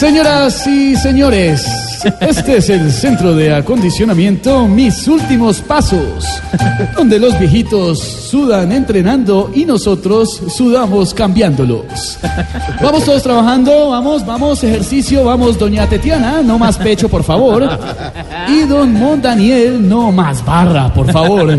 Señoras y señores, este es el centro de acondicionamiento Mis Últimos Pasos, donde los viejitos sudan entrenando y nosotros sudamos cambiándolos. Vamos todos trabajando, vamos, vamos, ejercicio, vamos, doña Tetiana, no más pecho, por favor. Y don Montaniel, no más barra, por favor.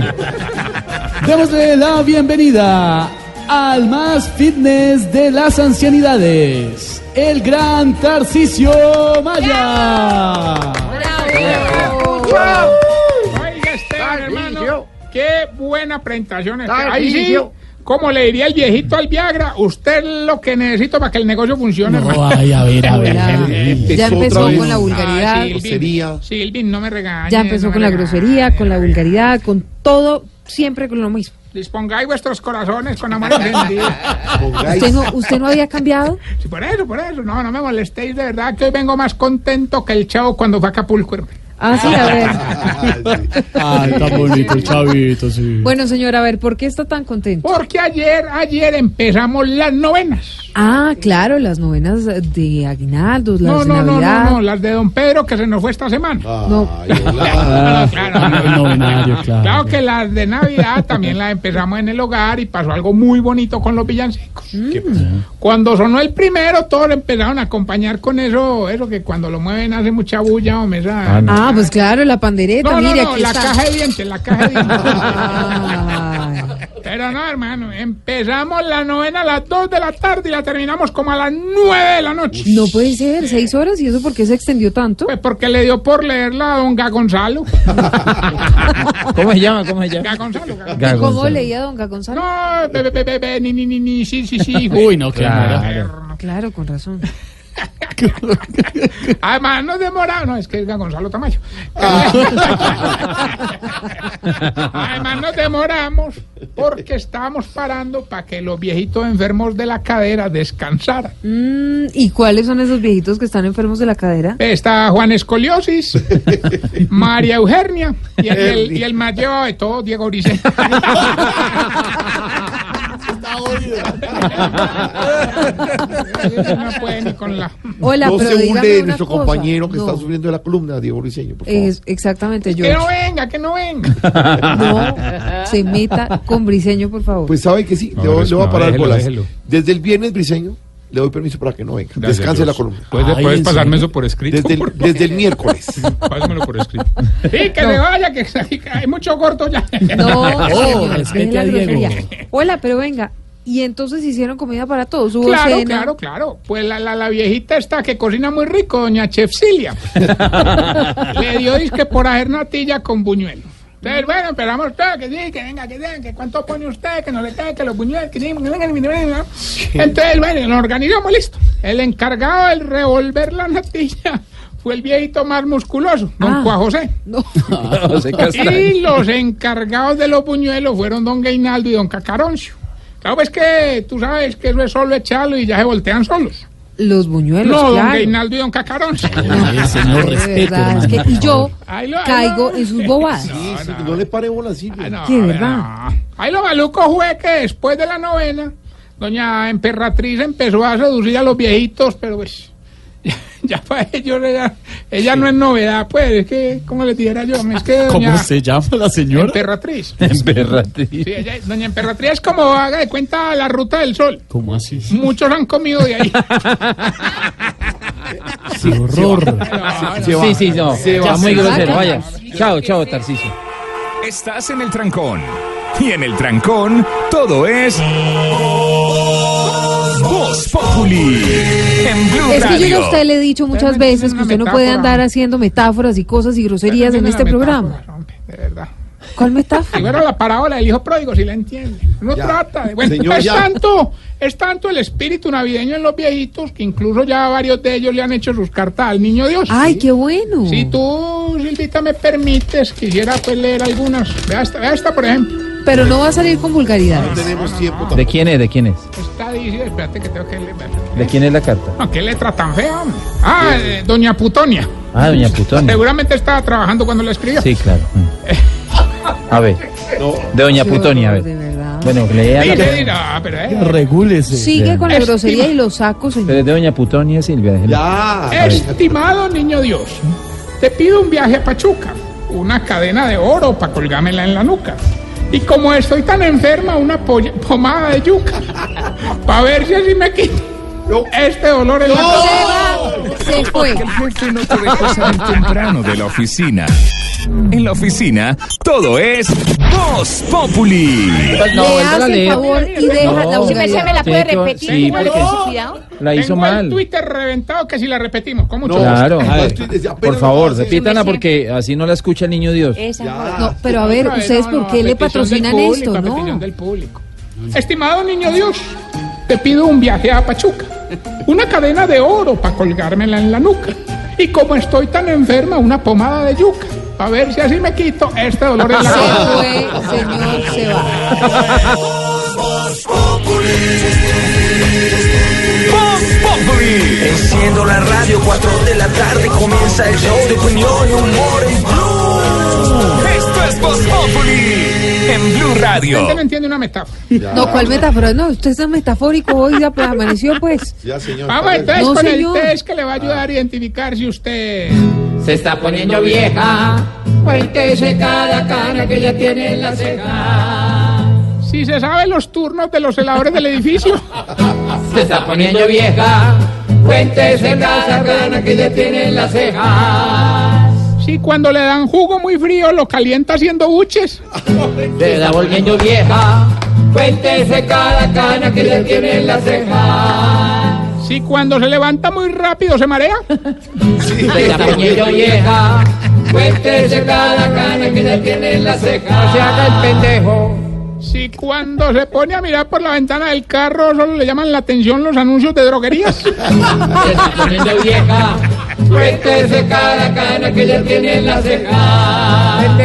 Démosle la bienvenida al más fitness de las ancianidades, el gran Tarcisio Maya. ¡Bravo! Oiga, Esteban, hermano, qué buena presentación. Este. Ahí sí, Tarcisio. como le diría el viejito al Viagra, usted es lo que necesito para que el negocio funcione, hermano. Ay, a ver, a ver. Hola. Ya empezó con la vulgaridad, Ay, Silvin, grosería. Silvin, no me regañes. ya empezó no me con la regañes. grosería, con la vulgaridad, con todo, siempre con lo mismo. Dispongáis vuestros corazones con amor encendido. Pongáis- ¿Usted no, usted no había cambiado? Sí, por eso, por eso. No, no me molestéis, de verdad, que hoy vengo más contento que el chavo cuando fue a Acapulco, hermano. Ah, sí, a ver. Ay, tan Ah, bonito el chavito, sí. Bueno, señor, a ver, ¿por qué está tan contento? Porque ayer, ayer empezamos las novenas. Ah, claro, las novenas de Aguinaldos, No, las de no, no, Navidad. no, no, las de Don Pedro que se nos fue esta semana. Ay, hola. Ah, claro, el novenario, claro. Claro que las de Navidad también las empezamos en el hogar y pasó algo muy bonito con los villancicos. Mm. Cuando sonó el primero, todos empezaron a acompañar con eso, eso que cuando lo mueven hace mucha bulla o mesa. Ah, pues claro, la pandereta, no, no, mire, no, aquí la está. caja de dientes, la caja de dientes. Ah, Pero no, hermano, empezamos la novena a las 2 de la tarde y la terminamos como a las 9 de la noche. no puede ser, seis horas, ¿y eso por qué se extendió tanto? Pues porque le dio por leerla a don Ga Gonzalo. ¿Cómo se llama? ¿Cómo se llama? Ga Gonzalo, Ga Gonzalo. ¿Y cómo leía Don Gonzalo? No, bebé, bebé, bebé, ni, ni, ni, ni, sí, sí, sí. Uy, no, claro. Claro. Claro, con razón. Además, no demoraba. No, es que es Gonzalo Tamayo. Ah. Además, nos demoramos porque estábamos parando para que los viejitos enfermos de la cadera descansaran. Mm, ¿Y cuáles son esos viejitos que están enfermos de la cadera? Pues, Está Juan Escoliosis, María Eugenia y el, y el- y el más llevado de todos, Diego Urice. no puede ni con la. Hola, No pero se dígame hunde una nuestro cosa. compañero que No, está subiendo de la columna, Diego Briceño, por favor. es- exactamente, yo. Que no venga, que no venga. No se meta con Briseño, por favor. Pues sabe que sí, le, voy- le voy a parar bolas. Desde el viernes, Briceño, le doy permiso para que no venga. Descanse la columna. Ah, ¿Puedes, Ay, puedes ¿en pasarme serio? eso por escrito? Desde el, desde el miércoles. Pásamelo por escrito. Sí, que le vaya, que, que hay mucho corto ya. no, señor, Oh, respete deje la a Diego. grosería. Hola, pero venga. Y entonces hicieron comida para todos. Hubo Claro, cena. claro, claro. Pues la, la, la viejita está que cocina muy rico, doña Chefcilia. pues. Le dio disque por hacer natilla con buñuelo. Entonces, bueno, esperamos todo, que sí, que venga, que venga, que cuánto pone usted, que no le cae, que los buñuelos, que sí, que venga, que venga. Entonces, bueno, nos organizamos, listo. El encargado del revolver la natilla fue el viejito más musculoso, don Ah. Juan José. No. Y los encargados de los buñuelos fueron don Gainaldo y don Cacaroncio. Claro, es que tú sabes que eso es solo echarlo y ya se voltean solos. Los buñuelos, No, don claro. Gainaldo y don Cacaroncio. Oye, De señor, respete, verdad, es hermano. que, y yo Ahí lo- ahí caigo lo- en sus bobadas. Sí, sí, no le pare bolas, Silvio. Ah, no, Qué a ver, verdad. no. Ahí lo maluco fue que después de la novela, doña emperatriz empezó a seducir a los viejitos, pero pues... Ya, ya para ellos, ella, ella no es novedad, pues, es que, como les dijera yo, es que doña ¿Cómo se llama la señora? emperatriz. Emberrate. Sí, ella- doña emperatriz es como haga de cuenta la ruta del sol. ¿Cómo así? Muchos han comido de ahí. Horror. Sí, sí, no. Está muy grosero. Vaya. Chao, chao, Tarciso. Estás en el trancón. Y en el trancón, todo es. Voz Populi. En Blue Es que yo ya Radio. a usted le he dicho muchas Ustedes me tienen veces que una usted no puede metáfora. andar haciendo metáforas y cosas y groserías en este programa. Hombre, de verdad. ¿Cuál metáfora? Primero la parábola del hijo pródigo, si la entiende. No Ya. trata de. Bueno, Señor, es ya. tanto, es tanto el espíritu navideño en los viejitos que incluso ya varios de ellos le han hecho sus cartas al niño Dios. Ay, qué bueno. Si tú, Silvita, me permites, quisiera pues, leer algunas. Vea esta, vea esta, por ejemplo. Pero no va a salir con No vulgaridades. tenemos tiempo ¿De tampoco. quién es? ¿De quién es? Esta dice, espérate que tengo que leer. ¿De quién es la carta? No, qué letra tan fea, hombre. Ah, eh, doña Putonia. Mm. Ah, doña Putón. Seguramente estaba trabajando cuando la escribió. Sí, claro. A ver. De Doña Qué Putonia, a horror, de ver. verdad. Bueno, lea Sí, la sí, carta. no, pero eh, Regúlese. Sigue con la Estima. grosería y los sacos, Pero señor. Eh. es de Doña Putonia, Silvia. Eh, déjela. Ya. Estimado niño Dios, te pido un viaje a Pachuca, una cadena de oro para colgármela en la nuca. Y como estoy tan enferma, una polla- pomada de yuca. Para ver si así me quito eh, este dolor en la Se cabeza. va, se fue. El jefe no te dejó salir temprano de la oficina. En la oficina, todo es Voz Populi. Pues no, Le vuelva a hace el leer. favor y deja la No. vulgaridad. ¿Me la puede Tiene que- repetir? Sí, ¿Cómo porque lo- cuidado? la hizo Tengo el mal. Twitter reventado que si la repetimos, con mucho No, gusto. Claro. Además, A ver, tú dices, apenas Por lo favor, haces. repítala porque así no la escucha el niño Dios. Eh, Esa Ya. No, pero a ver, Otra vez, ¿ustedes no, por no, qué a le petición del patrocinan público, esto? a petición No. del público. Estimado niño Dios, te pido un viaje a Pachuca, una cadena de oro para colgármela en la nuca. Y como estoy tan enferma, una pomada de yuca. A ver si así me quito este dolor en la Se cabeza. fue, señor, se va. Voz Populi. Enciendo la radio, 4 de la tarde comienza el show de opinión y humor en Blue. Esto es Voz Populi. En Blue Radio. Usted no entiende una metáfora. No, ¿cuál metáfora? No, usted es tan metafórico hoy, ya pues, amaneció, pues. Ya, señor. Vamos entonces No, con señor. el test que le va a ayudar a identificar si usted... Se está poniendo vieja. Cuéntese cada cara que ya tiene en la ceja. Si se sabe los turnos de los heladores del edificio. Se está poniendo vieja. Cuéntese cada cara que ya tiene en la ceja. Si cuando le dan jugo muy frío lo calienta haciendo buches. Se está volviendo vieja. Cuéntese cada cana que ya tiene en la ceja. Si cuando se levanta muy rápido se marea. Se está poniendo vieja. Cuéntese cada cana que ya tiene en la ceja. No se haga el pendejo. Si cuando se pone a mirar por la ventana del carro solo le llaman la atención los anuncios de droguerías. Se está poniendo vieja. Cuéntese cada cana que ya tiene en la ceja.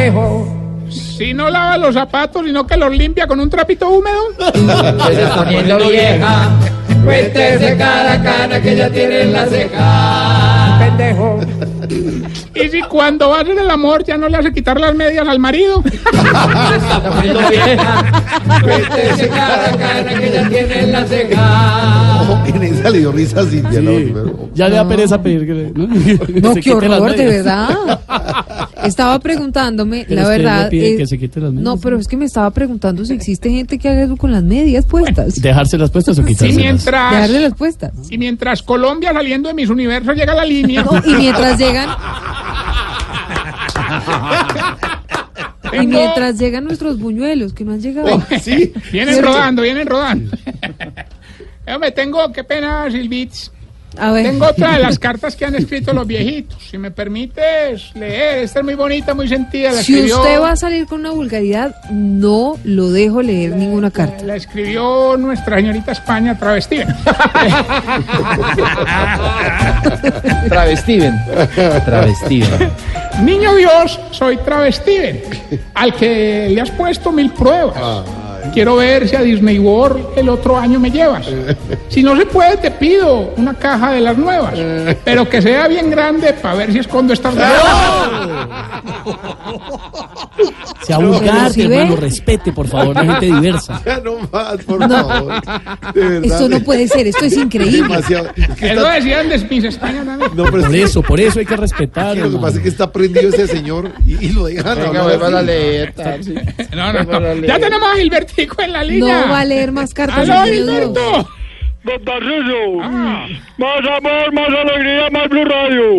Si no lava los zapatos, sino que los limpia con un trapito húmedo. Se está poniendo vieja. Cuéntese cada cana que ya tiene en la ceja. Pendejo. Y si cuando va a hacer el amor ya no le hace quitar las medias al marido. Se está poniendo vieja. Cuéntese cada cana que ya tiene en la ceja. Oh, En esa le dio risa a Cintia. ¿no? Pero- Ya le da pereza pedir que le- No, se qué quite las horror, de medias. verdad. Estaba preguntándome, Pero la es que verdad. ella pide eh, que se quite las medias. no, pero es que me estaba preguntando si existe gente que haga eso con las medias puestas. ¿Dejárselas puestas o Y quitárselas? mientras, Dejarle las puestas. y mientras Colombia saliendo de mis universos llega a la línea. No, y mientras llegan, y tengo- mientras llegan nuestros buñuelos que no han llegado. Sí. Vienen ¿Cierto? rodando, vienen rodando. me tengo, qué pena, Silvits. A ver. Tengo otra de las cartas que han escrito los viejitos. Si me permites leer, esta es muy bonita, muy sentida. La Si escribió- usted va a salir con una vulgaridad, no lo dejo leer ninguna carta. La escribió nuestra señorita España travestida. Travestiven. Travestiven. Niño Dios, soy travestiven, al que le has puesto mil pruebas. Quiero ver si a Disney World el otro año me llevas. Si no se puede, te pido una caja de las nuevas, pero que sea bien grande para ver si escondo estas nuevas. Sea Pero vulgar, si hermano, ve. respete, por favor, la gente diversa. Ya no más, por favor. De verdad. Esto no puede ser, esto es increíble. Demasiado. Es que Eso está- decían de mis España también. No, pero es Por que- eso, por eso hay que respetar. Lo que pasa hermano. es que está prendido ese señor y, y lo dejan hablar así. No, no, no. Ya tenemos a Gilbertico en la No línea. va a leer más cartas. ¡Aló, señor Eduardo. Gilberto! Don Tarciso, Ah. más amor, más alegría, más Blue Radio.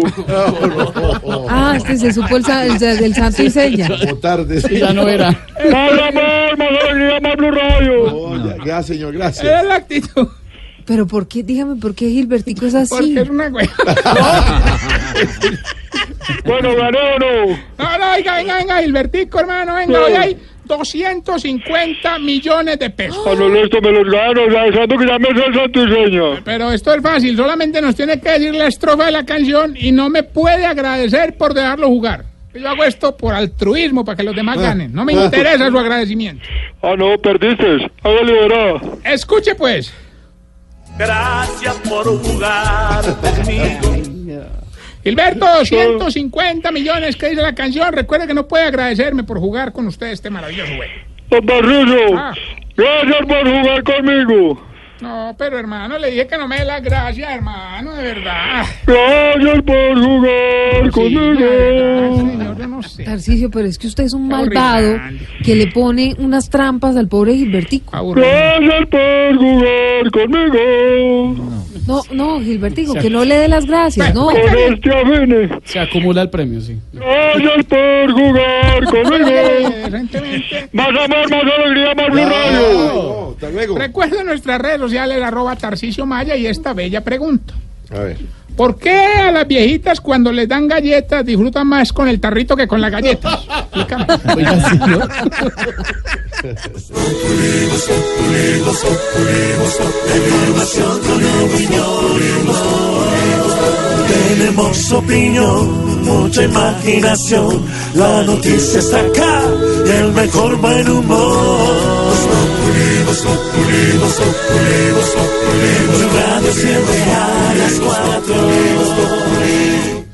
Ah, este se supo el, sa- el sa- del santo y seña. Como tarde. sí. Ya no era. Más amor, más alegría, más Blue Radio. Oh, ya, gracias, señor, Era gracias. la actitud. Pero ¿por qué? Dígame, ¿por qué Gilbertico es así? Porque es una güey. Bueno, gané o no. No, no, venga, venga, venga, Gilbertico, hermano, venga, hoy hay 250 millones de pesos. A lo listo me los gano, sabiendo que ya me sé el santuseño. Pero esto es fácil, solamente nos tiene que decir la estrofa de la canción y no me puede agradecer por dejarlo jugar. Yo hago esto por altruismo, para que los demás ganen. No me interesa su agradecimiento. Ah, no, perdiste. Hágale, verá. Escuche pues. Gracias por jugar conmigo. Gilberto, 250 millones que dice la canción. Recuerde que no puede agradecerme por jugar con usted este maravilloso juego. Don Barrillo, Ah. gracias por jugar conmigo. No, pero hermano, le dije que no me dé las gracias, hermano, de verdad. Gracias por jugar Sí, de verdad, conmigo. señor, yo no sé. Tarcicio, pero es que usted es un malvado horrible. que le pone unas trampas al pobre Gilbertico. Aburrido. Gracias por jugar conmigo. No, no, Gilbertico, que no le dé las Pues, gracias, no. Con este afine. Se acumula el premio, sí. Gracias por jugar conmigo. Eh, Recientemente. Más amor, más alegría, más Blue Radio. No, hasta luego. Recuerden nuestras redes sociales, arroba Tarcicio Maya y esta bella pregunta. A ver. ¿Por qué a las viejitas cuando les dan galletas disfrutan más con el tarrito que con las galletas? Explícame. Tenemos opinión, mucha imaginación. La noticia está acá y el mejor buen humor. Los populimos, populimos, populimos, populimos. Radio siempre a las cuatro.